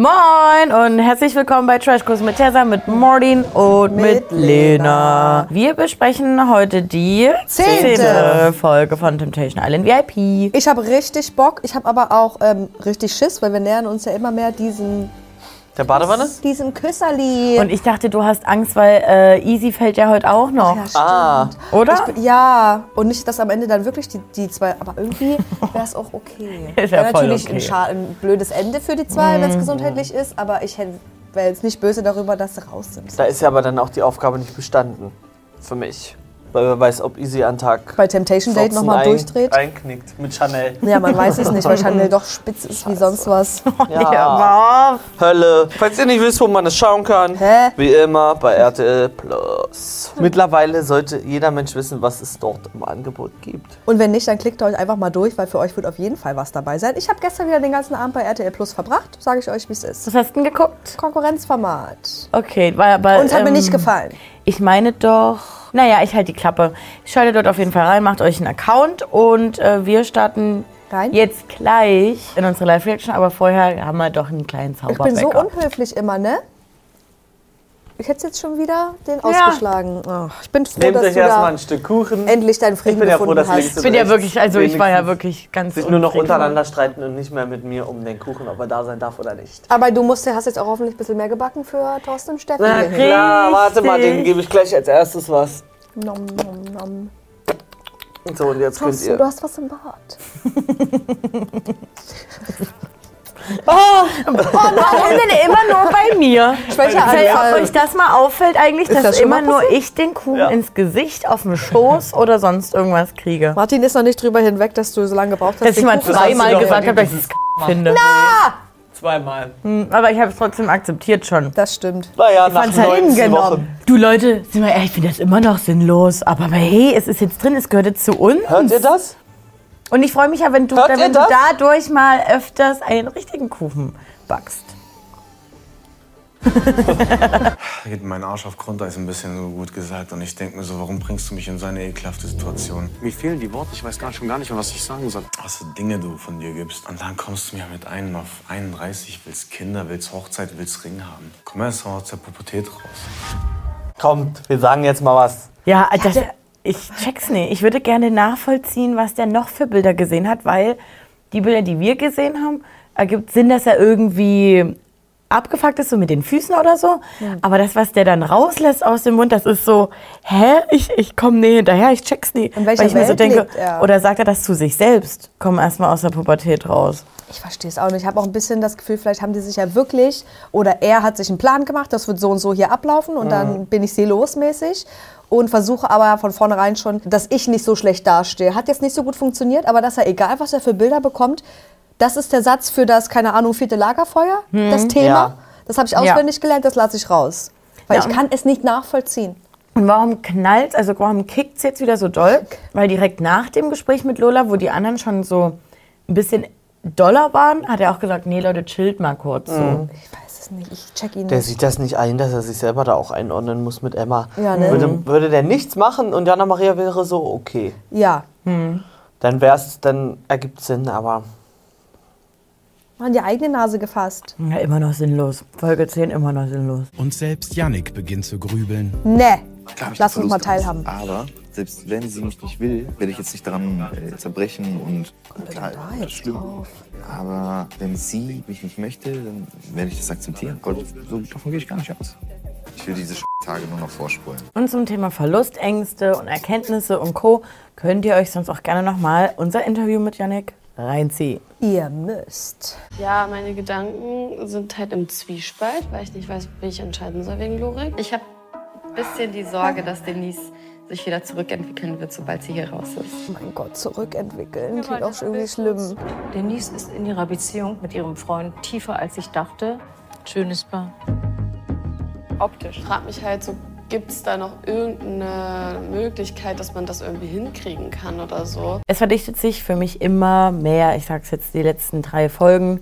Moin und herzlich willkommen bei Trashkurs mit Tessa, mit Mordin und mit, Mit Lena. Wir besprechen heute die Zehnte. zehnte Folge von Temptation Island VIP. Ich habe richtig Bock, ich habe aber auch ähm, richtig Schiss, weil wir nähern uns ja immer mehr diesem, Der Badewanne? diesem Küsserli. Und ich dachte, du hast Angst, weil äh, Easy fällt ja heute auch noch, ja, stimmt. Ah, oder? Ich bin- ja, und nicht, dass am Ende dann wirklich die, die zwei, aber irgendwie wäre es auch okay. Ist ja Wär voll natürlich okay. Mhm. ein, scha- ein blödes Ende für die zwei, wenn es gesundheitlich ist, aber ich wäre jetzt nicht böse darüber, dass sie raus sind. Da ist ja aber dann auch die Aufgabe nicht bestanden. Für mich. Weil wer weiß, ob Easy an Tag Bei Temptation Date 14 nochmal ein- durchdreht. einknickt mit Chanel. Ja, man weiß es nicht, weil Chanel doch spitz ist wie sonst was. Ja. Hölle. Falls ihr nicht wisst, wo man es schauen kann, Hä? wie immer bei RTL Plus. Mittlerweile sollte jeder Mensch wissen, was es dort im Angebot gibt. Und wenn nicht, dann klickt euch einfach mal durch, weil für euch wird auf jeden Fall was dabei sein. Ich habe gestern wieder den ganzen Abend bei RTL Plus verbracht, sage ich euch, wie es ist. Was hast du denn geguckt? Konkurrenzformat. Okay, war Äh, aber. Und es hat mir ähm, nicht gefallen. Ich meine doch. Naja, ich halte die Klappe. Schaltet dort auf jeden Fall rein, macht euch einen Account und äh, wir starten Rein? jetzt gleich in unsere Live-Reaction, aber vorher haben wir doch einen kleinen Ich bin so Zauberbäcker. unhöflich immer, ne? Ich hätte jetzt schon wieder den ausgeschlagen. Ach, ich bin froh, Nehmt dass euch du da erstmal ein Stück Kuchen. endlich deinen Frieden Ich bin ja froh, gefunden dass hast. links ich bin ja wirklich, also ich war ja Wenigstens wirklich ganz Sich nur noch unzufrieden. untereinander streiten und nicht mehr mit mir um den Kuchen, ob er da sein darf oder nicht. Aber du musst, hast jetzt auch hoffentlich ein bisschen mehr gebacken für Thorsten und Steffi. Na Okay. klar, warte mal, Richtig. den gebe ich gleich als erstes was. Nom, nom, nom. So, und jetzt könnt Thorsten, du ihr. hast was im Bart. Oh, Warum denn immer nur bei mir? Welcher Weil ob Anfall? euch das mal auffällt eigentlich, dass das schon immer mal nur ich den Kuchen Ja. ins Gesicht, auf den Schoß oder sonst irgendwas kriege. Martin ist noch nicht drüber hinweg, dass du so lange gebraucht hast. Dass ich den mal Kuchen zweimal auszubauen. gesagt habe, dass ich es finde. Zweimal. Aber ich habe es trotzdem akzeptiert schon. Das stimmt. Naja, nach fand's halt 19 hingenommen. Wochen. Du Leute, sind wir ehrlich, ich finde das immer noch sinnlos. Aber hey, es ist jetzt drin, es gehört jetzt zu uns. Hört ihr das? Und ich freue mich ja, wenn du, Hört ihr wenn du das? dadurch mal öfters einen richtigen Kuchen backst. geht mein Arsch auf Grundeis ein bisschen so gut gesagt. Und ich denke mir so, warum bringst du mich in so eine ekelhafte Situation? Mir fehlen die Worte, ich weiß gar, schon gar nicht mehr, was ich sagen soll. Was für Dinge du von dir gibst. Und dann kommst du mir mit einem auf 31, willst Kinder, willst Hochzeit, willst Ring haben. Komm erst mal aus der Pubertät raus. Kommt, wir sagen jetzt mal was. Ja, das, ich check's nicht. Ich würde gerne nachvollziehen, was der noch für Bilder gesehen hat, weil die Bilder, die wir gesehen haben, ergibt Sinn, dass er irgendwie abgefuckt ist, so mit den Füßen oder so. Aber das, was der dann rauslässt aus dem Mund, das ist so, hä? Ich, ich komme nie hinterher, ich check's nie. In welcher weil ich mir so Welt denke, lebt er? oder sagt er das zu sich selbst? Komm erstmal aus der Pubertät raus. Ich verstehe es auch nicht. Ich habe auch ein bisschen das Gefühl, vielleicht haben die sich ja wirklich oder er hat sich einen Plan gemacht, das wird so und so hier ablaufen und dann bin ich seelosmäßig und versuche aber von vornherein schon, dass ich nicht so schlecht dastehe. Hat jetzt nicht so gut funktioniert, aber dass er, egal was er für Bilder bekommt, das ist der Satz für das, keine Ahnung, vierte Lagerfeuer, das Thema. Ja. Das habe ich auswendig gelernt, das lasse ich raus. Weil Ja, ich und- kann es nicht nachvollziehen. Und warum knallt, also warum kickt es jetzt wieder so doll? Weil direkt nach dem Gespräch mit Lola, wo die anderen schon so ein bisschen doller waren, hat er auch gesagt, nee Leute, chillt mal kurz. So. Ich weiß es nicht, ich check ihn Der nicht. sieht das nicht ein, dass er sich selber da auch einordnen muss mit Emma. Ja, ne? würde, würde der nichts machen und Jana Maria wäre so, okay. Ja. Dann wär's, dann ergibt Sinn, aber An die eigene Nase gefasst. Ja, immer noch sinnlos. Folge 10 immer noch sinnlos. Und selbst Yannick beginnt zu grübeln. Ne. Klar hab ich Lass da uns mal teilhaben. Verlust Angst, Aber selbst wenn sie mich nicht will, werde ich jetzt nicht daran äh, zerbrechen und klar, da das jetzt ist schlimm. drauf? Aber wenn sie mich nicht möchte, dann werde ich das akzeptieren. Aber so davon gehe ich gar nicht aus. Ich will diese Tage nur noch vorspulen. Und zum Thema Verlustängste und Erkenntnisse und Co. könnt ihr euch sonst auch gerne nochmal unser Interview mit Yannick reinziehen. Ihr müsst. Ja, meine Gedanken sind halt im Zwiespalt, weil ich nicht weiß, wie ich entscheiden soll wegen Lorik. Ich habe ein bisschen die Sorge, dass Denise sich wieder zurückentwickeln wird, sobald sie hier raus ist. Mein Gott, zurückentwickeln. Klingt auch schon irgendwie schlimm. Denise ist in ihrer Beziehung mit ihrem Freund tiefer, als ich dachte. Schönes Paar. Ich frage mich halt so, gibt es da noch irgendeine Möglichkeit, dass man das irgendwie hinkriegen kann oder so? Es verdichtet sich für mich immer mehr, ich sag's jetzt die letzten drei Folgen,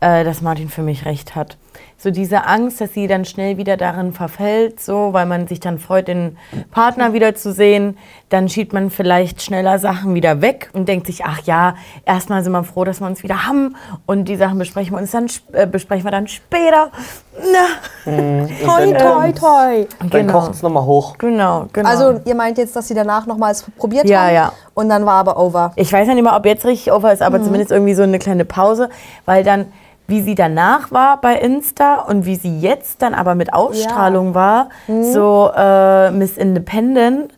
äh, dass Martin für mich recht hat. So diese Angst, dass sie dann schnell wieder darin verfällt, so, weil man sich dann freut, den Partner wiederzusehen. Dann schiebt man vielleicht schneller Sachen wieder weg und denkt sich, ach ja, erstmal sind wir froh, dass wir uns wieder haben und die Sachen besprechen wir uns dann, sp- äh, besprechen wir dann später. Na. Toi, toi, toi. Dann kocht es nochmal hoch. Genau, genau. Also ihr meint jetzt, dass sie danach nochmals probiert Ja, haben ja. und dann war aber over. Ich weiß ja nicht mal, ob jetzt richtig over ist, Mhm. aber zumindest irgendwie so eine kleine Pause, weil dann, wie sie danach war bei Insta und wie sie jetzt dann aber mit Ausstrahlung war, Mhm. so äh, Miss Independent.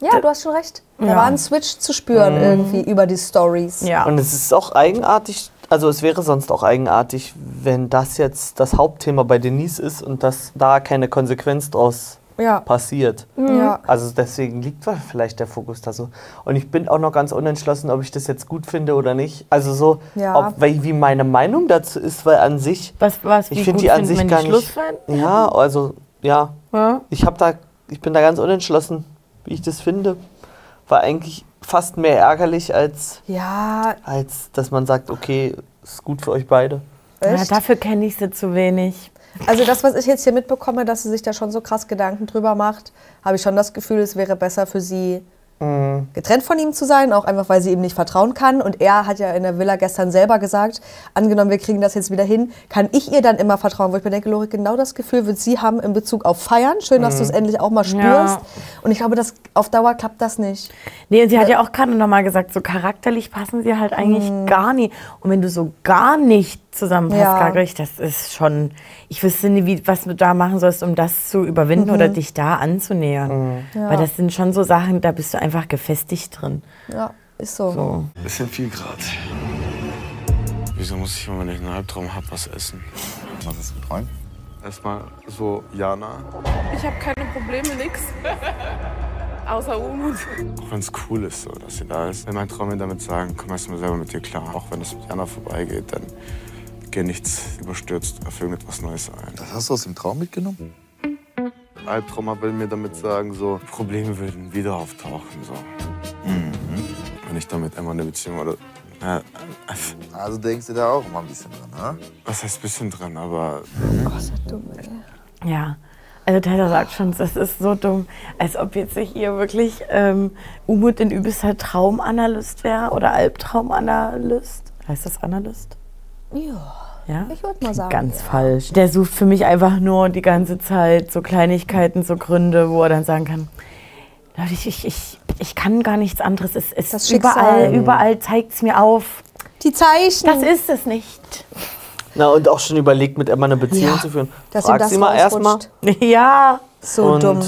Ja, du hast schon recht. Da war ein Switch zu spüren irgendwie über die Stories. Mhm. Ja. Und es ist auch eigenartig, also es wäre sonst auch eigenartig, wenn das jetzt das Hauptthema bei Denise ist und dass da keine Konsequenz draus Ja. passiert. Mhm. Ja. Also deswegen liegt vielleicht der Fokus da so. Und ich bin auch noch ganz unentschlossen, ob ich das jetzt gut finde oder nicht. Also so, Ja. ob, weil, wie meine Meinung dazu ist, weil an sich, Was, was, wie ich finde gut die an findet sich man gar die nicht. Schlussfeind? Ja, also ja, Ja. ich habe da, ich bin da ganz unentschlossen, wie ich das finde. War eigentlich fast mehr ärgerlich als Ja, als dass man sagt, okay, ist gut für euch beide. Ja, echt. dafür kenne ich sie zu wenig. Also das, was ich jetzt hier mitbekomme, dass sie sich da schon so krass Gedanken drüber macht, habe ich schon das Gefühl, es wäre besser für sie, Mhm. getrennt von ihm zu sein, auch einfach, weil sie ihm nicht vertrauen kann. Und er hat ja in der Villa gestern selber gesagt, angenommen, wir kriegen das jetzt wieder hin, kann ich ihr dann immer vertrauen, wo ich mir denke, Lori, genau das Gefühl wird sie haben in Bezug auf Feiern. Schön, dass du Mhm. es endlich auch mal spürst. Und ich glaube, das, auf Dauer klappt das nicht. Nee, und sie hat ja auch gerade nochmal gesagt, so charakterlich passen sie halt eigentlich gar nie. Und wenn du so gar nicht zusammenpasst, Mhm. Ja. charakterlich, das ist schon, ich wüsste nicht, wie, was du da machen sollst, um das zu überwinden oder Mhm. dich da anzunähern. Weil das sind schon so Sachen, da bist du einfach gefestigt drin. Ja, ist so. So. Es sind vier Grad. Wieso muss ich immer, wenn ich einen Halbtraum habe, was essen? Was hast du geträumt? Erstmal so Jana. Ich habe keine Probleme, nix. Außer Unmut. Auch wenn es cool ist, so, dass sie da ist. Wenn mein Traum mir damit sagen, komm erst mal selber mit dir klar. Auch wenn es mit Jana vorbeigeht, dann geh nichts überstürzt, auf irgendetwas Neues ein. Das hast du aus dem Traum mitgenommen? Albtrauma will mir damit sagen, so Probleme würden wieder auftauchen. So. Mhm. Wenn ich damit einmal eine Beziehung oder. Äh, äh, Also denkst du da auch mal ein bisschen dran, ne? was heißt bisschen dran, aber Ja. Also Tessa sagt schon, das ist so dumm, als ob jetzt sich ihr wirklich ähm, Umut in übelster Traumanalyst wäre oder Albtraumanalyst. Heißt das Analyst? Ja, Ja. ich würde mal sagen. Ganz falsch. Der sucht für mich einfach nur die ganze Zeit so Kleinigkeiten, so Gründe, wo er dann sagen kann, Leute, ich, ich, ich, ich kann gar nichts anderes. Es, es Das überall, Schicksal. überall zeigt es mir auf. Die Zeichen. Das ist es nicht. Na, und auch schon überlegt, mit Emma eine Beziehung Ja, zu führen. dass ihm Frag das sie mal erstmal. rausrutscht. Ja. So und dumm.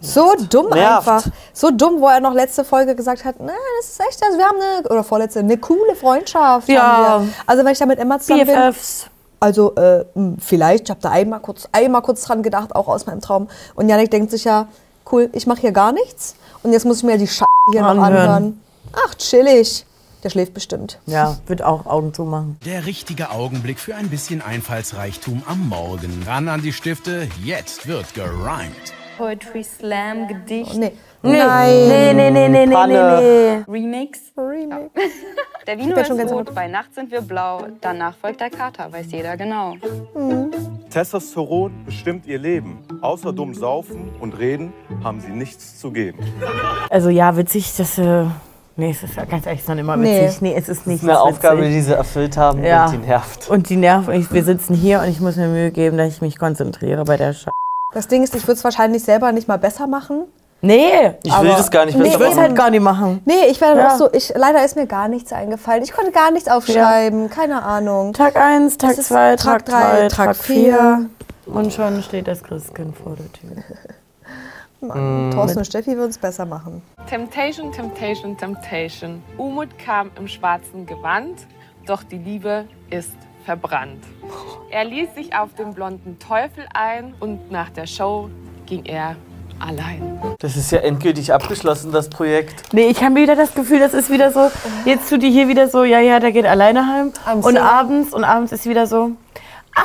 So dumm Nervt. einfach. So dumm, wo er noch letzte Folge gesagt hat, na, das ist echt, also wir haben eine, oder vorletzte, eine coole Freundschaft. Ja. Haben wir. Also wenn ich da mit Emma zusammen bin, BFFs. also äh, mh, vielleicht, ich habe da einmal kurz, einmal kurz dran gedacht, auch aus meinem Traum. Und Janik denkt sich ja, cool, ich mache hier gar nichts und jetzt muss ich mir die Scheiße hier noch Anhören. anhören. Ach, chillig. Der schläft bestimmt. Ja, wird auch Augen zumachen. Der richtige Augenblick für ein bisschen Einfallsreichtum am Morgen. Ran an die Stifte, jetzt wird gerimt. Poetry Slam, Gedicht, Nee. Nein. Nee, nee, nee, nee, nee, nee, nee. Remix. Remix. Der Vino werd ist schon ganz rot, bei Nacht sind wir blau, danach folgt der Kater, weiß jeder genau. Testosteron bestimmt ihr Leben. Außer dumm saufen und reden haben sie nichts zu geben. Also ja, witzig, dass... Äh, nee, es ist ja ganz ehrlich, es ist dann immer Nee. witzig. Nee, es ist nicht Eine Aufgabe, witzig. die sie erfüllt haben Ja. und die nervt. Und die nerven. Ich, wir sitzen hier und ich muss mir Mühe geben, dass ich mich konzentriere bei der Scheiße. Das Ding ist, ich würde es wahrscheinlich selber nicht mal besser machen. Nee. Ich will das gar nicht Nee, Ich besser will es machen. halt gar nicht machen. Nee, ich wäre Ja. auch so, ich, leider ist mir gar nichts eingefallen. Ich konnte gar nichts aufschreiben, keine Ahnung. Tag 1, Tag Es ist 2, Tag Tag 3, drei, Tag Tag 4. Und schon steht das Christkind vor der Tür. Thorsten und Steffi würden es besser machen. Temptation, Temptation, Temptation. Umut kam im schwarzen Gewand, doch die Liebe ist verbrannt. Er ließ sich auf den blonden Teufel ein und nach der Show ging er allein. Das ist ja endgültig abgeschlossen, das Projekt. Nee, ich habe wieder das Gefühl, das ist wieder so, jetzt tut die hier wieder so, ja, ja, der geht alleine heim. I'm und single. abends, und abends ist wieder so,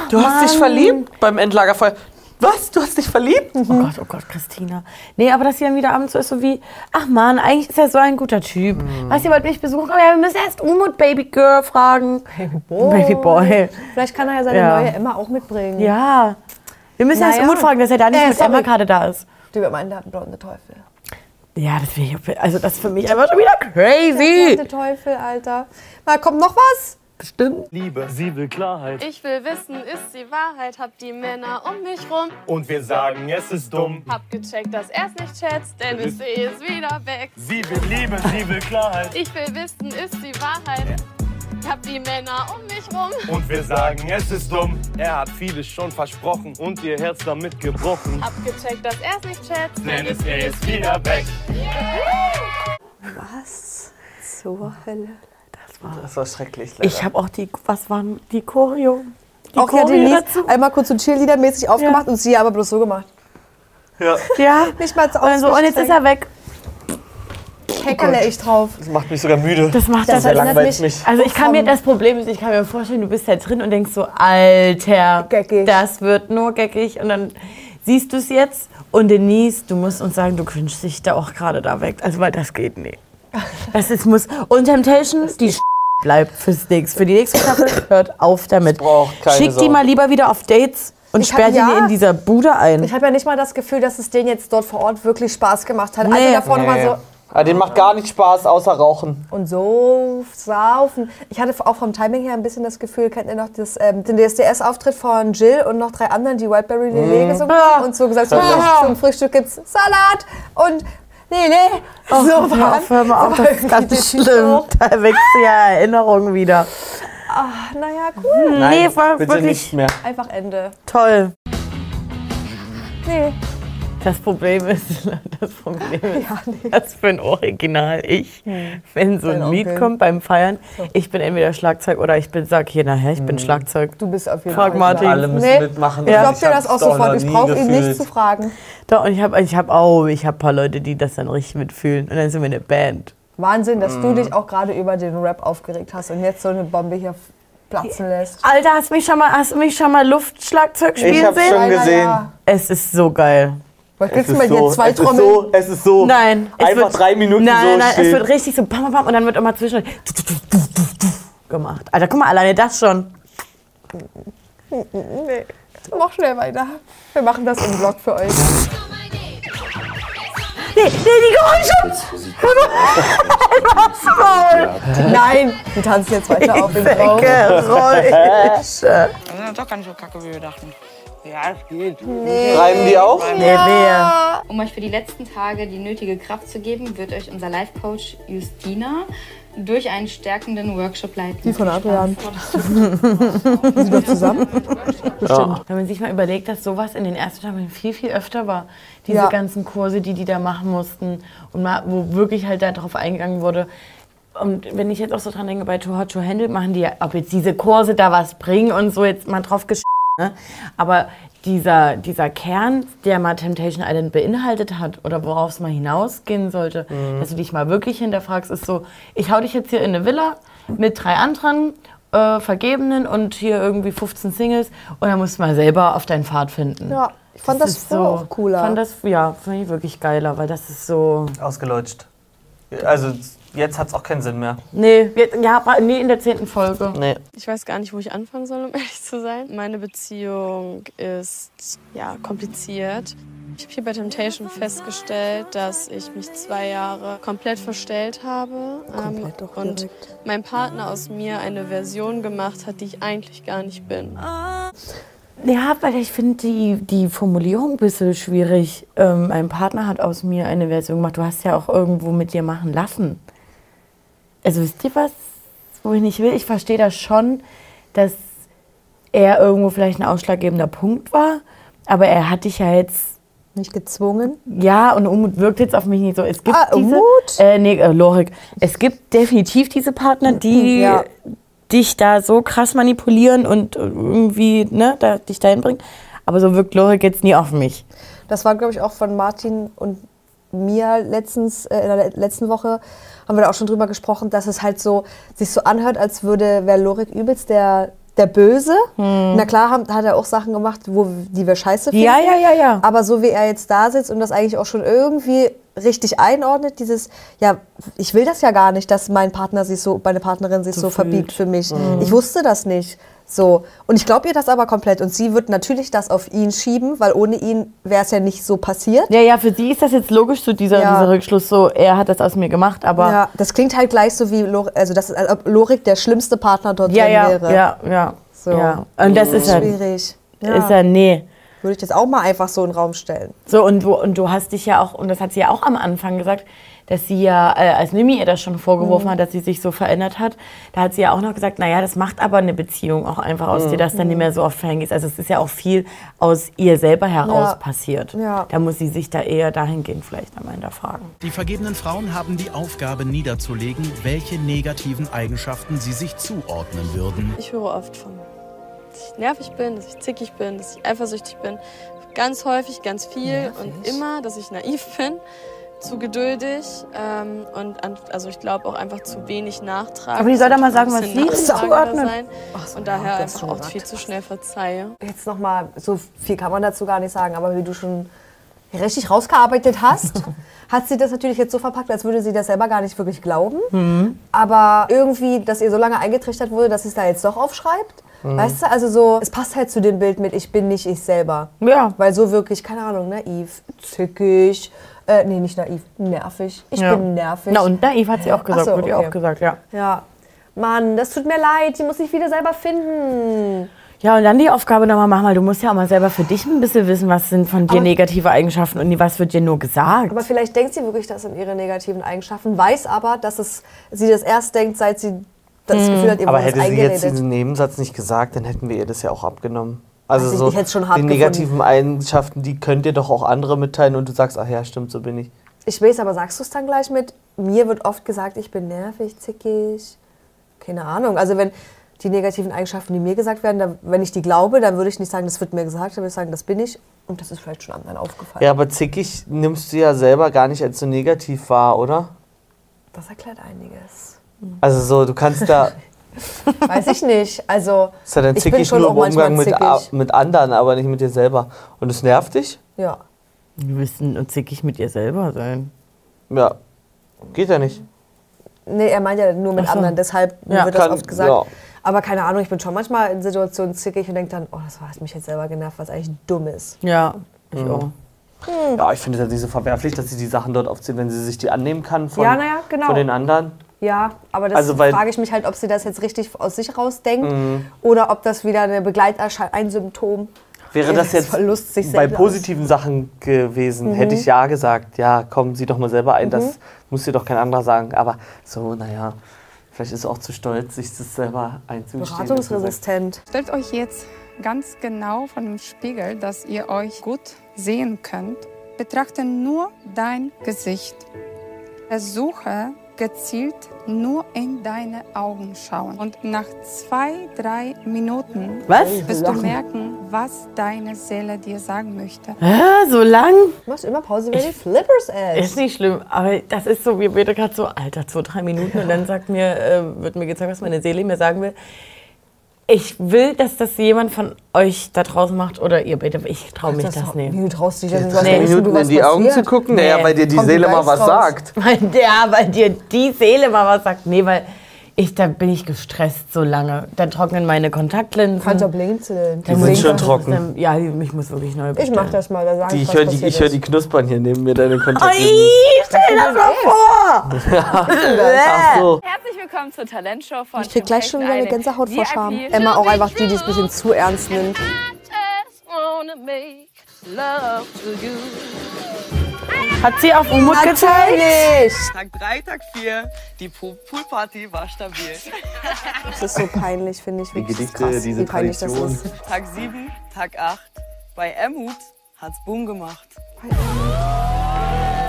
Du hast dich verliebt beim Endlagerfeuer. Was? Du hast dich verliebt? Oh Gott, oh Gott, Christina. Nee, aber dass sie dann wieder abends so ist, so wie, ach Mann, eigentlich ist er so ein guter Typ. Was, ihr wollt mich besuchen? Aber ja, wir müssen erst Umut Baby Girl fragen. Baby Boy. Oh. Baby Boy. Vielleicht kann er ja seine Ja. neue Emma auch mitbringen. Ja. Wir müssen erst Naja. Umut fragen, dass er da nicht Ja, Äh, mit sorry. Emma gerade da ist. Die wird meinen, der hat einen blonden Teufel. Ja, das, finde ich, also das ist für mich einfach schon wieder crazy. Blonde Teufel, Alter. Na, kommt noch was? Bestimmt. Liebe, sie will Klarheit. Ich will wissen, ist die Wahrheit? Hab die Männer um mich rum. Und wir sagen, es ist dumm. Hab gecheckt, dass er's nicht schätzt, denn ich sehe es wieder weg. Sie will Liebe, sie will Klarheit. Ich will wissen, ist die Wahrheit? Hab die Männer um mich rum. Und wir sagen, es ist dumm. Er hat vieles schon versprochen und ihr Herz damit gebrochen. Hab gecheckt, dass er's nicht schätzt, Denn es er ist wieder weg. Was? Zur Hölle. Das war schrecklich. Leider. Ich habe auch die, was waren die Choreo? Die auch ja die Choreo Lied einmal kurz so Cheerleader-mäßig aufgemacht und sie aber bloß so gemacht. Ja. Ja. Nicht mal Und dann so, und jetzt ist er Oh weg. Häckerle ich drauf. Das macht mich sogar müde. Das macht das das, sehr langweilt mich. Also ich kann mir das Problem ist, ich kann mir vorstellen, du bist da drin und denkst so, Alter, das wird nur geckig und dann siehst du es jetzt und Denise, du musst uns sagen, du wünschst dich da auch gerade da weg, also weil das geht nicht. Das ist muss und Temptation, die Sch- bleibt fürs Nix. Für die nächste Staffel hört auf damit. keine Schick die Sau. mal lieber wieder auf Dates und Ich hab- sperrt ja. die in dieser Bude ein. Ich habe ja nicht mal das Gefühl, dass es denen jetzt dort vor Ort wirklich Spaß gemacht hat. Also Nee. davor noch mal so, Ah, den macht gar nicht Spaß, außer Rauchen. Und so saufen. Ich hatte auch vom Timing her ein bisschen das Gefühl, kennt ihr noch das, ähm, den DSDS-Auftritt von Jill und noch drei anderen, die Whiteberry Lele Mhm. gesungen haben und so gesagt haben, Ah. zum Frühstück gibt's Salat und Lele. Oh, so hör mal auf, hör mal auf, das ist ganz schlimm. Da wächst ja Erinnerung wieder. Ach, naja, cool. Nein, Nee, war bitte bitte wirklich- nicht nicht mehr. Einfach Ende. Toll. Nee. Das Problem ist, das Problem ist, dass für ein Original ich, wenn so Hm. Dein ein Lied Onkel. kommt beim Feiern, ich bin entweder Schlagzeug oder ich bin, sag hier nachher, ich bin Schlagzeug. Hm. Du bist auf jeden Frag Fall Martin. Alle müssen Nee. mitmachen. Ich glaub dir das auch sofort. Ich brauch ihn nicht zu fragen. Doch, und ich habe ich hab, oh, ich hab ein paar Leute, die das dann richtig mitfühlen. Und dann sind wir eine Band. Wahnsinn, dass du Mhm. dich auch gerade über den Rap aufgeregt hast und jetzt so eine Bombe hier platzen lässt. Alter, hast du mich schon mal, hast du mich schon mal Luftschlagzeug spielen Ich hab's sehen? schon gesehen. Es ist so geil. Was Es ist so, es ist so, es ist so. Nein. es Einfach wird- drei Minuten Nein, so nein, stehen. es wird richtig so pam, pam, pam und dann wird immer zwischen gemacht. Alter, guck mal, alleine das schon. Nee. Mach schnell weiter. Wir machen das im Vlog für euch. Nee, nee, die Geräusche! Was soll? Nein, wir tanzen jetzt weiter auf dem Raum. Geräusche. Das ist doch gar nicht so kacke, wie wir dachten. Ja, es geht. Nee. Äh, Reiben die auch? Nee, Ja. Um euch für die letzten Tage die nötige Kraft zu geben, wird euch unser Life-Coach Justina durch einen stärkenden Workshop leiten. Die von Adrian. Sind wir zusammen? Bestimmt. Wenn man sich mal überlegt, dass sowas in den ersten Staffeln viel, viel öfter war. Diese Ja. ganzen Kurse, die die da machen mussten und mal, wo wirklich halt darauf eingegangen wurde. Und wenn ich jetzt auch so dran denke, bei Too Hot to Handle machen die ja, ob jetzt diese Kurse da was bringen und so jetzt mal drauf gesch. Ne? Aber dieser, dieser Kern, der mal Temptation Island beinhaltet hat oder worauf es mal hinausgehen sollte, Mhm. dass du dich mal wirklich hinterfragst, ist so, ich hau dich jetzt hier in eine Villa mit drei anderen äh, Vergebenen und hier irgendwie 15 Singles und dann musst du mal selber auf deinen Pfad finden. Ja, ich fand das, ist früher auch cooler. Fand das, ja, fand ich wirklich geiler, weil das ist so... Ausgelutscht. Also jetzt hat es auch keinen Sinn mehr. Nee, jetzt, ja, war- nee in der zehnten Folge. Nee. Ich weiß gar nicht, wo ich anfangen soll, um ehrlich zu sein. Meine Beziehung ist ja kompliziert. Ich habe hier bei Temptation festgestellt, dass ich mich zwei Jahre komplett verstellt habe ähm, Komplett doch und mein Partner aus mir eine Version gemacht hat, die ich eigentlich gar nicht bin. Ja, weil ich finde die, die Formulierung ein bisschen schwierig. Ähm, mein Partner hat aus mir eine Version gemacht. Du hast ja auch irgendwo mit dir machen lassen. Also wisst ihr was, wo ich nicht will? Ich verstehe das schon, dass er irgendwo vielleicht ein ausschlaggebender Punkt war. Aber er hat dich ja jetzt... Nicht gezwungen? Ja, und Umut wirkt jetzt auf mich nicht so. Es gibt Ah, diese... Äh, nee, äh, Lorik. Es gibt definitiv diese Partner, die Ja. dich da so krass manipulieren und irgendwie ne, da, dich dahin bringen. Aber so wirkt Lorik jetzt nie auf mich. Das war, glaube ich, auch von Martin und mir letztens, äh, in der le- letzten Woche, haben wir da auch schon drüber gesprochen, dass es halt so sich so anhört, als würde, wäre Lorik übelst der der Böse. Na klar haben, hat er auch Sachen gemacht, wo, die wir scheiße finden. Ja, ja, ja, ja. Aber so wie er jetzt da sitzt und das eigentlich auch schon irgendwie richtig einordnet, dieses, ja, ich will das ja gar nicht, dass mein Partner sich so, meine Partnerin sich so, verbiegt für mich. Mhm. Ich wusste das nicht. So. Und ich glaube ihr das aber komplett. Und sie wird natürlich das auf ihn schieben, weil ohne ihn wäre es ja nicht so passiert. Ja, ja, für sie ist das jetzt logisch, so dieser, Ja. dieser Rückschluss, so, er hat das aus mir gemacht, aber. ja, das klingt halt gleich so wie, Lor also das ist, als ob Lorik der schlimmste Partner dort ja, drin ja, wäre. ja, ja. So. ja. Und das ist halt. schwierig. Ist ja, nee. Würde ich das auch mal einfach so in den Raum stellen. So, und du, und du hast dich ja auch, und das hat sie ja auch am Anfang gesagt, dass sie ja, äh, als Mimi ihr das schon vorgeworfen Mhm. hat, dass sie sich so verändert hat, da hat sie ja auch noch gesagt, naja, das macht aber eine Beziehung auch einfach aus Mhm. dir, dass dann nicht Mhm. mehr so oft verhängt ist. Also es ist ja auch viel aus ihr selber heraus Ja. passiert. Ja. Da muss sie sich da eher dahingehend vielleicht einmal hinterfragen. Die vergebenen Frauen haben die Aufgabe niederzulegen, welche negativen Eigenschaften sie sich zuordnen würden. Ich höre oft von, dass ich nervig bin, dass ich zickig bin, dass ich eifersüchtig bin. Ganz häufig, ganz viel und immer, dass ich naiv bin, zu geduldig ähm, und an, also ich glaube auch einfach zu wenig nachtragen. Aber die soll doch mal Ich muss sagen, was ein sie bisschen zuordnet. nachtragender sein Und daher das ist einfach schon auch gesagt. viel zu schnell verzeihe. Jetzt nochmal, so viel kann man dazu gar nicht sagen, aber wie du schon richtig rausgearbeitet hast, hat sie das natürlich jetzt so verpackt, als würde sie das selber gar nicht wirklich glauben. Mhm. Aber irgendwie, dass ihr so lange eingetrichtert wurde, dass sie es da jetzt doch aufschreibt. Mhm. Weißt du, also so, es passt halt zu dem Bild mit, ich bin nicht ich selber. Ja. Weil so wirklich, keine Ahnung, naiv, zickig, äh, nee, nicht naiv, nervig. Ich Ja. bin nervig. Na, und naiv hat sie auch gesagt, Ach so, wird ihr okay. auch gesagt, ja. Ja. Mann, das tut mir leid, die muss ich wieder selber finden. Ja, und dann die Aufgabe nochmal machen, weil du musst ja auch mal selber für dich ein bisschen wissen, was sind von dir Aber- negative Eigenschaften und was wird dir nur gesagt. Aber vielleicht denkt sie wirklich, das sind ihre negativen Eigenschaften, weiß aber, dass es, sie das erst denkt, seit sie das Gefühl hat, ihr Aber wurde das hätte sie eingeredet. jetzt diesen Nebensatz nicht gesagt, dann hätten wir ihr das ja auch abgenommen. Also Also ich- so ich hätt's schon hart die gefunden. negativen Eigenschaften, die könnt ihr doch auch andere mitteilen und du sagst, ach ja, stimmt, so bin ich. ich weiß, aber sagst du es dann gleich mit? Mir wird oft gesagt, ich bin nervig, zickig. Keine Ahnung. Also wenn die negativen Eigenschaften, die mir gesagt werden, dann, wenn ich die glaube, dann würde ich nicht sagen, das wird mir gesagt, dann würde ich sagen, das bin ich. Und das ist vielleicht schon anderen aufgefallen. Ja, aber zickig nimmst du ja selber gar nicht als so negativ wahr, oder? Das erklärt einiges. Also so, du kannst da, Weiß ich nicht. Also ist ja dann ich bin zickig schon nur auch im manchmal Umgang mit, zickig. a- mit anderen, aber nicht mit dir selber. Und es nervt dich? Ja. Du willst und zickig mit ihr selber sein. Ja, geht ja nicht. Nee, er meint ja nur mit Ach so. anderen, deshalb Ja. wird das Kann- oft gesagt. ja. Aber keine Ahnung, ich bin schon manchmal in Situationen zickig und denke dann, oh, das hat mich jetzt selber genervt, was eigentlich dumm ist. Ja, ich Mhm. auch. Hm. Ja, ich finde das nicht so verwerflich, dass sie die Sachen dort aufzieht, wenn sie sich die annehmen kann von, Ja, na ja, genau. von den anderen. Ja, aber das Also, weil- frage ich mich halt, ob sie das jetzt richtig aus sich rausdenkt Mhm. oder ob das wieder eine Begleiterscheinung, ein Symptom. Wäre Ja, das das jetzt verlust sich bei selber positiven Sachen gewesen, Mhm. hätte ich ja gesagt. Ja, komm, sieh doch mal selber ein, das Mhm. muss dir doch kein anderer sagen. Aber so, naja, vielleicht ist er auch zu stolz, sich das selber einzugestehen. Stellt euch jetzt ganz genau von dem Spiegel, dass ihr euch gut sehen könnt. Betrachte nur dein Gesicht. Versuche gezielt nur in deine Augen schauen. Und nach zwei, drei Minuten Was? wirst du Lachen. merken, was deine Seele dir sagen möchte. Hä, so lang? Machst immer Pause, wenn ich Flippers esse. Ist nicht schlimm, aber das ist so, wir reden gerade so, Alter, zwei, drei Minuten und dann sagt mir, äh, wird mir gezeigt, was meine Seele mir sagen will. Ich will, dass das jemand von euch da draußen macht oder ihr bitte. Ich traue mich Das das, ist doch- nicht. wie, du traust dich denn? Nee. Du hast doch nicht so, du, was passiert? Nee. Kommt Geist raus. Weil, ja, weil dir die Seele mal was sagt. Nee, weil ich, da bin ich gestresst so lange. Dann trocknen meine Kontaktlinsen. Kannst auch Dann blinzeln. Die sind muss ich- schon trocken. Ja, ich muss wirklich neu Ich mach das mal, da sag Die, ich, ich was höre die, passiert ich hör ist. die knuspern hier neben mir, deine Oi, Kontaktlinsen. stell das mal vor! Ach so. Herzlich willkommen zur Talentshow von Ich krieg gleich schon wieder eine Temptation Gänsehaut vor Scham. VIP. Emma auch einfach die, die es ein bisschen zu ernst nimmt. Hat sie auf Umut Natürlich. gezeigt? Tag 3, Tag 4, die Pool- Poolparty war stabil. Das ist so peinlich, finde ich. Die Das ist Gedichte, krass, diese wie peinlich Tradition. das ist. Tag 7, Tag 8, bei Emhut hat's Boom gemacht.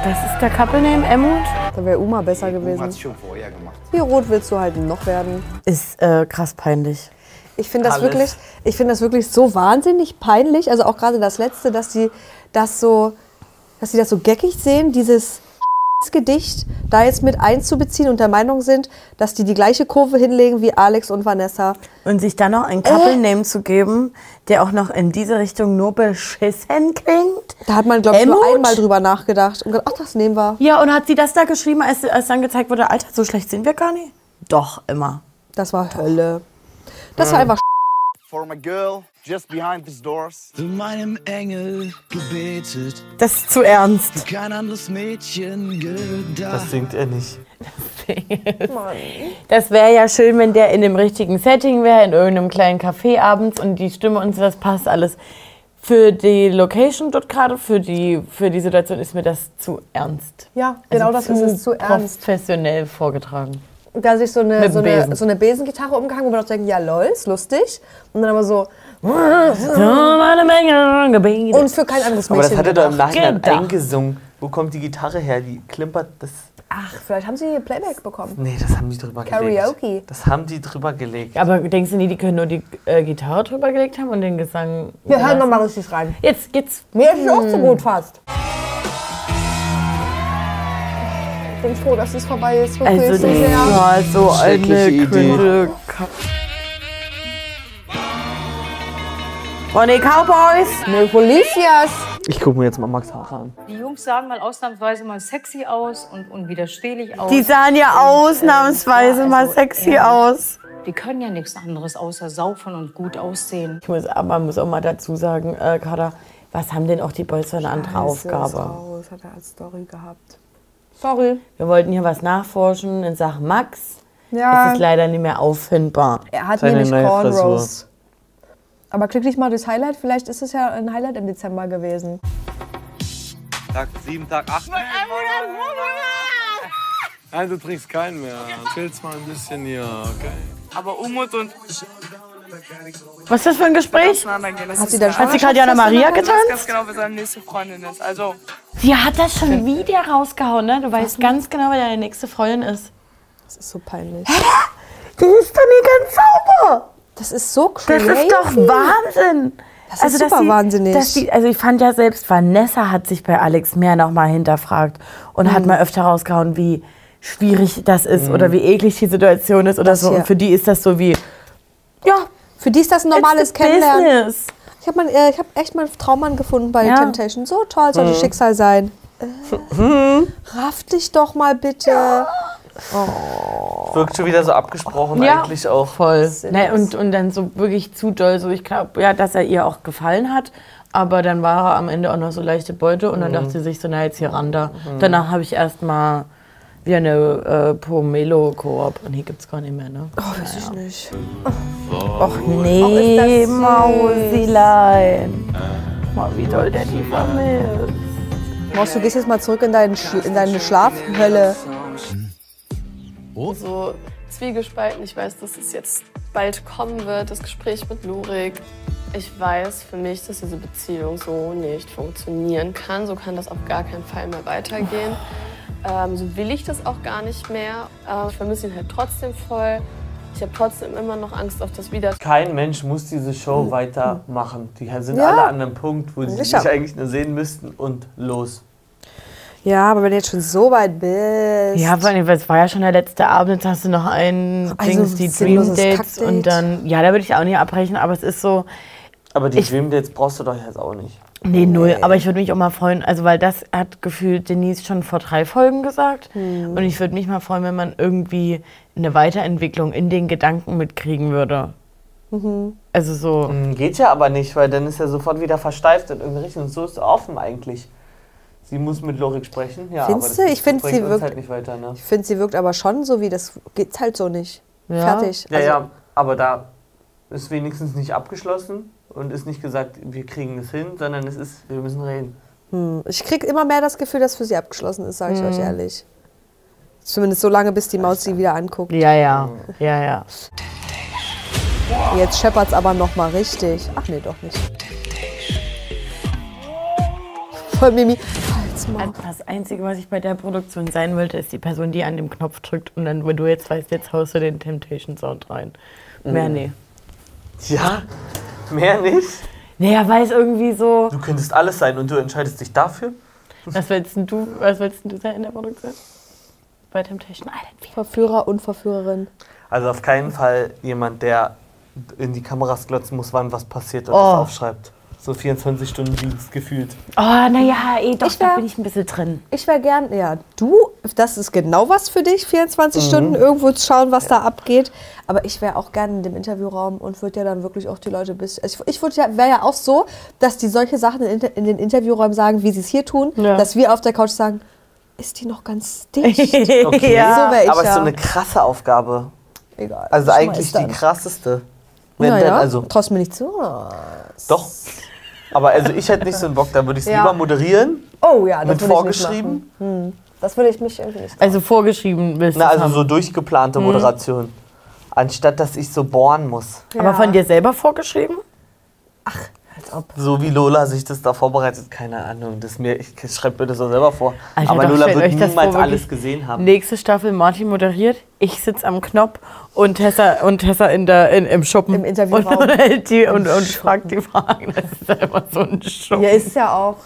Das ist der Couple Name, Emmut. Da wäre Uma besser Hat's gewesen. schon vorher gemacht. Wie rot willst du halt noch werden? Ist äh, krass peinlich. Ich finde das Alles. wirklich, ich finde das wirklich so wahnsinnig peinlich. Also auch gerade das letzte, dass sie das so, dass sie das so geckig sehen, dieses Gedicht da jetzt mit einzubeziehen und der Meinung sind, dass die die gleiche Kurve hinlegen wie Alex und Vanessa. Und sich dann noch einen Couple-Name zu geben, der auch noch in diese Richtung nur beschissen klingt. Da hat man, glaube ich, nur einmal drüber nachgedacht und gedacht, ach, das nehmen wir. Ja, und hat sie das da geschrieben, als, als dann gezeigt wurde, Alter, so schlecht sind wir gar nicht? Doch, immer. Das war Hölle. Das war einfach For my girl, just behind these doors. Zu meinem Engel gebetet. Das ist zu ernst. Kein anderes Mädchen gedacht. Das singt er nicht. Das wäre ja schön, wenn der in dem richtigen Setting wäre, in irgendeinem kleinen Café abends und die Stimme und so, das passt alles. Für die Location dort gerade, für die, für die Situation ist mir das zu ernst. Ja, genau das ist es, zu ernst. Professionell vorgetragen. Da sich so eine, Mit so, Besen. eine, so eine Besengitarre umgehangen, wo man auch denkt, ja lol, ist lustig. Und dann aber so. Und für kein anderes Mädchen. Aber das hat er doch im gedacht. Nachhinein Gedacht. eingesungen. Wo kommt die Gitarre her? Die klimpert das. Ach, vielleicht haben sie hier Playback bekommen. Nee, das haben die drüber gelegt. Karaoke. Das haben die drüber gelegt. Aber denkst du nie, die können nur die äh, Gitarre drüber gelegt haben und den Gesang. Wir hören noch gelassen? mal richtig rein. Jetzt geht's. Mir ist es auch zu Hm. gut fast. Ich bin froh, dass es vorbei ist. wirklich Also, das so sehr. war so Schreckliche eine Idee. cringe. Ka- Oh nee, Cowboys! Nee, Policias! Ich gucke mir jetzt mal Max Haare an. Die Jungs sahen mal ausnahmsweise mal sexy aus und unwiderstehlich aus. Die sahen ja Und, äh, ausnahmsweise ja, mal also, sexy ähm, aus. Die können ja nichts anderes außer saufen und gut aussehen. Ich muss, aber man muss auch mal dazu sagen, äh, Kader, was haben denn auch die Boys für eine andere Aufgabe? Das hat er als Story gehabt. Sorry. Wir wollten hier was nachforschen in Sachen Max. Ja. Es ist leider nicht mehr auffindbar. Er hat nämlich Cornrows. Aber klick dich mal durchs Highlight. Vielleicht ist es ja ein Highlight im Dezember gewesen. Tag 7, Tag 8. Nein, Also, du trinkst keinen mehr. Chillst mal ein bisschen hier, okay? Aber Umut und Was ist das für ein Gespräch? auseinandergehen. Das Hat ist sie dann klar. Hat sie gerade Jana Maria Ich weiß getanzt? Ganz genau, wer seine nächste Freundin ist. Also, Die hat das schon wieder rausgehauen, ne? Du weißt ganz genau, wer deine nächste Freundin ist. Das ist so peinlich. Die ist doch nie ganz sauber. Das ist so Das crazy. ist doch Wahnsinn. Also, Das ist super wahnsinnig. Dass die, also ich fand ja selbst, Vanessa hat sich bei Alex mehr nochmal hinterfragt und hat Mhm. mal öfter rausgehauen, wie schwierig das ist Mhm. oder wie eklig die Situation ist oder Das so. hier. Und für die ist das so wie, Ja. Für die ist das ein It's normales the Kennenlernen. business. Ich habe hab echt meinen Traummann gefunden bei Ja. Temptation. So toll soll das Mhm. Schicksal sein. Hm. Äh, raff dich doch mal bitte. Oh. Wirkt schon wieder so abgesprochen Ja. eigentlich auch. Voll. ne, und, und dann so wirklich zu doll, so ich glaube, ja, dass er ihr auch gefallen hat. Aber dann war er am Ende auch noch so leichte Beute und dann Mhm. dachte sie sich so, na jetzt hier ran da. Mhm. Danach habe ich erst mal wieder eine äh, Pomelo-Koop und hier gibt's gar nicht mehr, ne? Oh, weiß ich nicht. Och nee, Mausilein. Mal wie doll der die vermisst. Maus, du gehst jetzt mal zurück in, deinen Schla- in deine Schlafhölle. So zwiegespalten. Ich weiß, dass es jetzt bald kommen wird, das Gespräch mit Lurik. Ich weiß für mich, dass diese Beziehung so nicht funktionieren kann. So kann das auf gar keinen Fall mehr weitergehen. Ähm, so will ich das auch gar nicht mehr. Ähm, ich vermisse ihn halt trotzdem voll. Ich habe trotzdem immer noch Angst auf das Wieder. Kein Mensch muss diese Show weitermachen. Die sind Ja. alle an einem Punkt, wo sie sich Sicher. eigentlich nur sehen müssten und los. Ja, aber wenn du jetzt schon so weit bist. Ja, weil es war ja schon der letzte Abend, jetzt hast du noch einen Also Dings, die Dream sinnloses Dates Kackdate. und dann, ja, da würde ich auch nicht abbrechen, aber es ist so, Aber die Ich- Dream Dates brauchst du doch jetzt auch nicht. Nee, null. Aber ich würde mich auch mal freuen, also weil das hat gefühlt Denise schon vor drei Folgen gesagt. Und ich würde mich mal freuen, wenn man irgendwie eine Weiterentwicklung in den Gedanken mitkriegen würde. Mhm. Also so. Mhm, Geht ja aber nicht, weil dann ist er sofort wieder versteift in irgendeine Richtung. Und so ist er offen eigentlich. Sie muss mit Lorik sprechen. Ja, aber Findste? das Ich find, bringt sie uns wirkt- halt nicht weiter. Ne? Ich finde, sie wirkt aber schon so wie, das geht halt so nicht. Fertig. Ja, Also, ja, aber da ist wenigstens nicht abgeschlossen und ist nicht gesagt, wir kriegen das hin, sondern es ist, wir müssen reden. Hm. Ich krieg immer mehr das Gefühl, dass für sie abgeschlossen ist, sage ich Mhm. Hm. euch ehrlich. Zumindest so lange, bis die Maus sie wieder anguckt. Ja, ja. Ja, ja. Jetzt scheppert's aber noch mal richtig. Ach nee, doch nicht. Voll Mimi. Also Das Einzige, was ich bei der Produktion sein wollte, ist die Person, die an dem Knopf drückt und dann, wenn du jetzt weißt, jetzt haust du den Temptation Sound rein. Mehr Mhm. nee. Ja, mehr nicht. Naja, weil es irgendwie so. Du könntest alles sein und du entscheidest dich dafür. Was willst denn du, was willst denn du sein in der Produktion? Bei Temptation Island. Verführer und Verführerin. Also auf keinen Fall jemand, der in die Kameras glotzen muss, wann was passiert und Oh. das aufschreibt. So 24 Stunden Dienst gefühlt. Oh, naja, eh, doch, Ich da wär- bin ich ein bisschen drin. Ich wäre gern, ja, du, das ist genau was für dich, 24 Mhm. Stunden irgendwo zu schauen, was da abgeht. Aber ich wäre auch gern in dem Interviewraum und würde ja dann wirklich auch die Leute bis. Also ich ich ja, wäre ja auch so, dass die solche Sachen in, Inter- in den Interviewräumen sagen, wie sie es hier tun, Ja. dass wir auf der Couch sagen, ist die noch ganz dicht? Okay, So wäre ich aber es ja. ist so eine krasse Aufgabe. Egal. Also ich eigentlich schmeiß dann. die krasseste. Wenn Naja, denn, also traust mir nicht zu. doch. Aber also ich hätte nicht so einen Bock, da würde ich es Ja. lieber moderieren. Oh ja, das Mit würd ich nicht vorgeschrieben? machen. Hm. Das würde ich mich irgendwie nicht. Also vorgeschrieben willst Na, du's also haben. so durchgeplante Mhm. Moderation. Anstatt dass ich so bohren muss. Aber von dir selber vorgeschrieben? So wie Lola sich das da vorbereitet, keine Ahnung. Das mir, ich schreibe mir das auch selber vor. Alter, aber doch, Lola stellt wird euch das niemals vor, wirklich. alles gesehen haben. Nächste Staffel, Martin moderiert, ich sitze am Knopf und Tessa, und Tessa in der, in, im Schuppen. Im Interviewraum. Und, hält die, und, und fragt die Fragen. Das ist einfach so ein Schuppen. Ihr ist ja auch.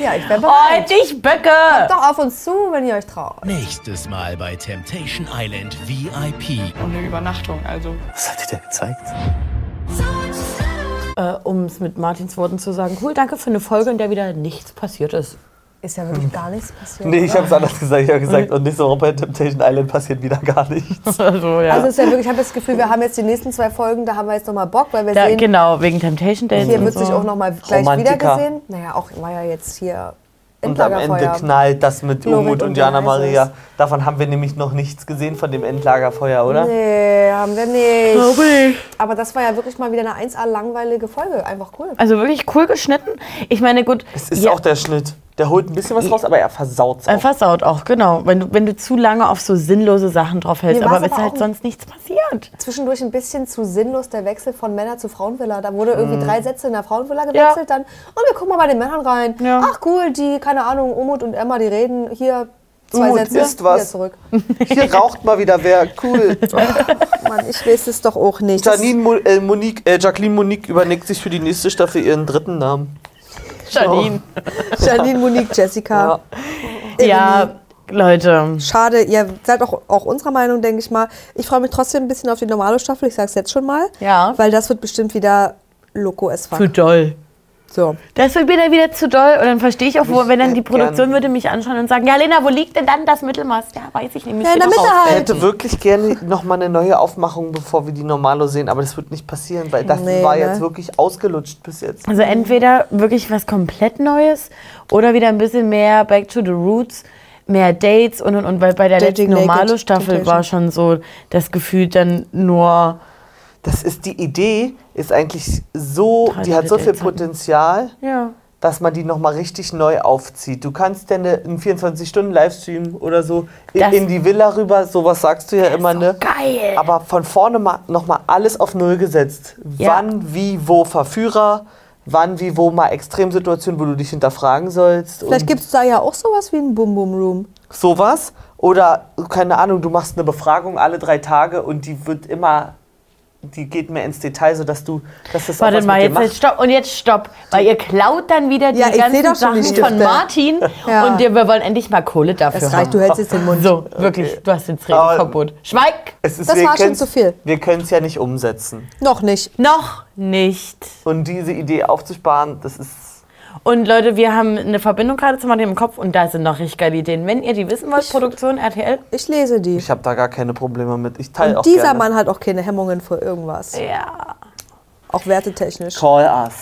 Ja, ich wäre bereit. Halt dich, Böcke! Kommt doch auf uns zu, wenn ihr euch traut. Nächstes Mal bei Temptation Island VIP. Und eine Übernachtung, also. Was hat dir der gezeigt? Äh, um es mit Martins Worten zu sagen, cool, danke für eine Folge, in der wieder nichts passiert ist. Ist ja wirklich gar nichts passiert. Nee, ich habe es anders gesagt. Ich Mhm. habe gesagt, und nächste Woche bei Temptation Island passiert wieder gar nichts. Also, ja. Also es ist ja wirklich, ich habe das Gefühl, wir haben jetzt die nächsten zwei Folgen, da haben wir jetzt nochmal Bock, weil wir da, sehen, genau, wegen Temptation Dates. hier und wird so. sich auch nochmal gleich wieder Romantiker. gesehen. Naja, auch war ja jetzt hier im Und am Ende Lagerfeuer. knallt das mit Lorik Umut und und Jana Johannes. Maria. Davon haben wir nämlich noch nichts gesehen von dem Endlagerfeuer, oder? Nee, haben wir nicht. Glaub ich. Aber das war ja wirklich mal wieder eine 1A langweilige Folge. Einfach cool. Also wirklich cool geschnitten. Ich meine, gut. Es ist auch der Schnitt. Der holt ein bisschen was raus, aber er versaut Ein Versaut auch, genau. Wenn du, wenn du zu lange auf so sinnlose Sachen drauf hältst, Mir war's aber ist aber halt auch- sonst nichts passiert. Zwischendurch ein bisschen zu sinnlos der Wechsel von Männer zu Frauenvilla. Da wurde irgendwie Mhm. drei Sätze in der Frauenvilla gewechselt dann. Und wir gucken mal bei den Männern rein. Ach cool, die, keine Ahnung, Umut und Emma, die reden. Hier zwei Umut Sätze, isst was. wieder zurück. Hier raucht mal wieder wer. Cool. Mann, ich weiß es doch auch nicht. Das- Janine Mo äh, Monique, äh, Jacqueline Monique überlegt sich für die nächste Staffel ihren dritten Namen. Janine. Janine, Monique, Jessica. Äh, Ja, Leute. Schade, ihr seid auch, auch unserer Meinung, denke ich mal. Ich freue mich trotzdem ein bisschen auf die normale Staffel, ich sage es jetzt schon mal. Ja. Weil das wird bestimmt wieder Loco as fuck. Zu doll. So. Das wird mir dann wieder zu doll. Und dann verstehe ich auch, wo, wenn dann die hätte gern- Produktion würde mich anschauen und sagen, ja, Lena, wo liegt denn dann das Mittelmaß? Ja, weiß ich nämlich. Ja, in der Mitte Ich halt. Äh, hätte wirklich gerne nochmal eine neue Aufmachung, bevor wir die Normalo sehen, aber das wird nicht passieren, weil das Nee, war ne? jetzt wirklich ausgelutscht bis jetzt. Also entweder wirklich was komplett Neues oder wieder ein bisschen mehr Back to the Roots, mehr Dates und und und. Weil bei der Dating letzten normalo Naked Staffel Temptation. war schon so das Gefühl dann nur. Das ist die Idee, ist eigentlich so, Total die hat viele so viel Dates hatten. Potenzial, Ja. dass man die nochmal richtig neu aufzieht. Du kannst ja eine, einen 24-Stunden-Livestream oder so in, Das- in die Villa rüber, sowas sagst du ja immer, ne? Äh, geil. Aber von vorne mal, nochmal alles auf Null gesetzt. Ja. Wann, wie, wo Verführer, wann, wie, wo mal Extremsituationen, wo du dich hinterfragen sollst. Vielleicht und- gibt es da ja auch sowas wie einen Boom Boom Room. sowas. Oder, keine Ahnung, du machst eine Befragung alle drei Tage und die wird immer, die geht mehr ins Detail, sodass du, dass das auch Warte was mal, mit dir jetzt, jetzt macht. stopp und jetzt stopp, weil ihr klaut dann wieder die Ja, ich seh ganzen doch schon die Sachen von Stifte. Martin Ja. und wir, wir wollen endlich mal Kohle dafür Das haben. reicht, du hältst jetzt den Mund. So, wirklich, du hast jetzt Redeverbot. Schweig! Es ist, Das wir war schon können's- zu viel. Wir können es ja nicht umsetzen. Noch nicht. Noch nicht. Und diese Idee aufzusparen, das ist Und Leute, wir haben eine Verbindung gerade zu Martin im Kopf und da sind noch richtig geile Ideen. Wenn ihr die wissen wollt, Produktion RTL. Ich lese die. Ich habe da gar keine Probleme mit. Ich teile auch Und dieser gerne. Mann hat auch keine Hemmungen vor irgendwas. Ja. Auch wertetechnisch. Call us.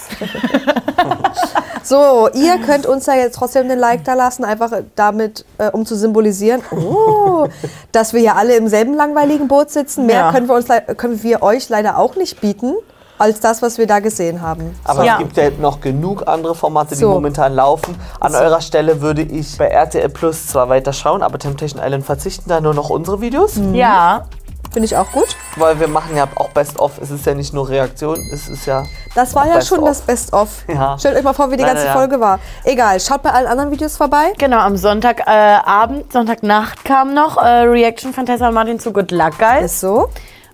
So, ihr könnt uns ja jetzt trotzdem den Like da lassen, einfach damit, äh, um zu symbolisieren, oh, dass wir ja alle im selben langweiligen Boot sitzen. Mehr Ja. können, wir uns, lei- können wir euch leider auch nicht bieten, als das, was wir da gesehen haben. Aber so. es gibt ja noch genug andere Formate, die So. momentan laufen. An So. eurer Stelle würde ich bei RTL Plus zwar weiter schauen, aber Temptation Island verzichten da nur noch unsere Videos. Mhm. Hm. Ja. Finde ich auch gut. Weil wir machen ja auch Best-of. Es ist ja nicht nur Reaktion, es ist ja. Das war ja Best schon of. das Best-of. Ja. Stellt euch mal vor, wie die Leider ganze ja. Folge war. Egal, schaut bei allen anderen Videos vorbei. Genau, am Sonntagabend, Sonntagnacht kam noch äh, Reaction von Tessa und Martin zu Good Luck Guys. Ist so.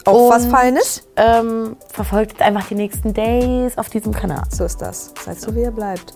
Auch was Feines. Ähm, verfolgt jetzt einfach die nächsten Days auf diesem Kanal. So ist das. Seid so, wie ihr bleibt.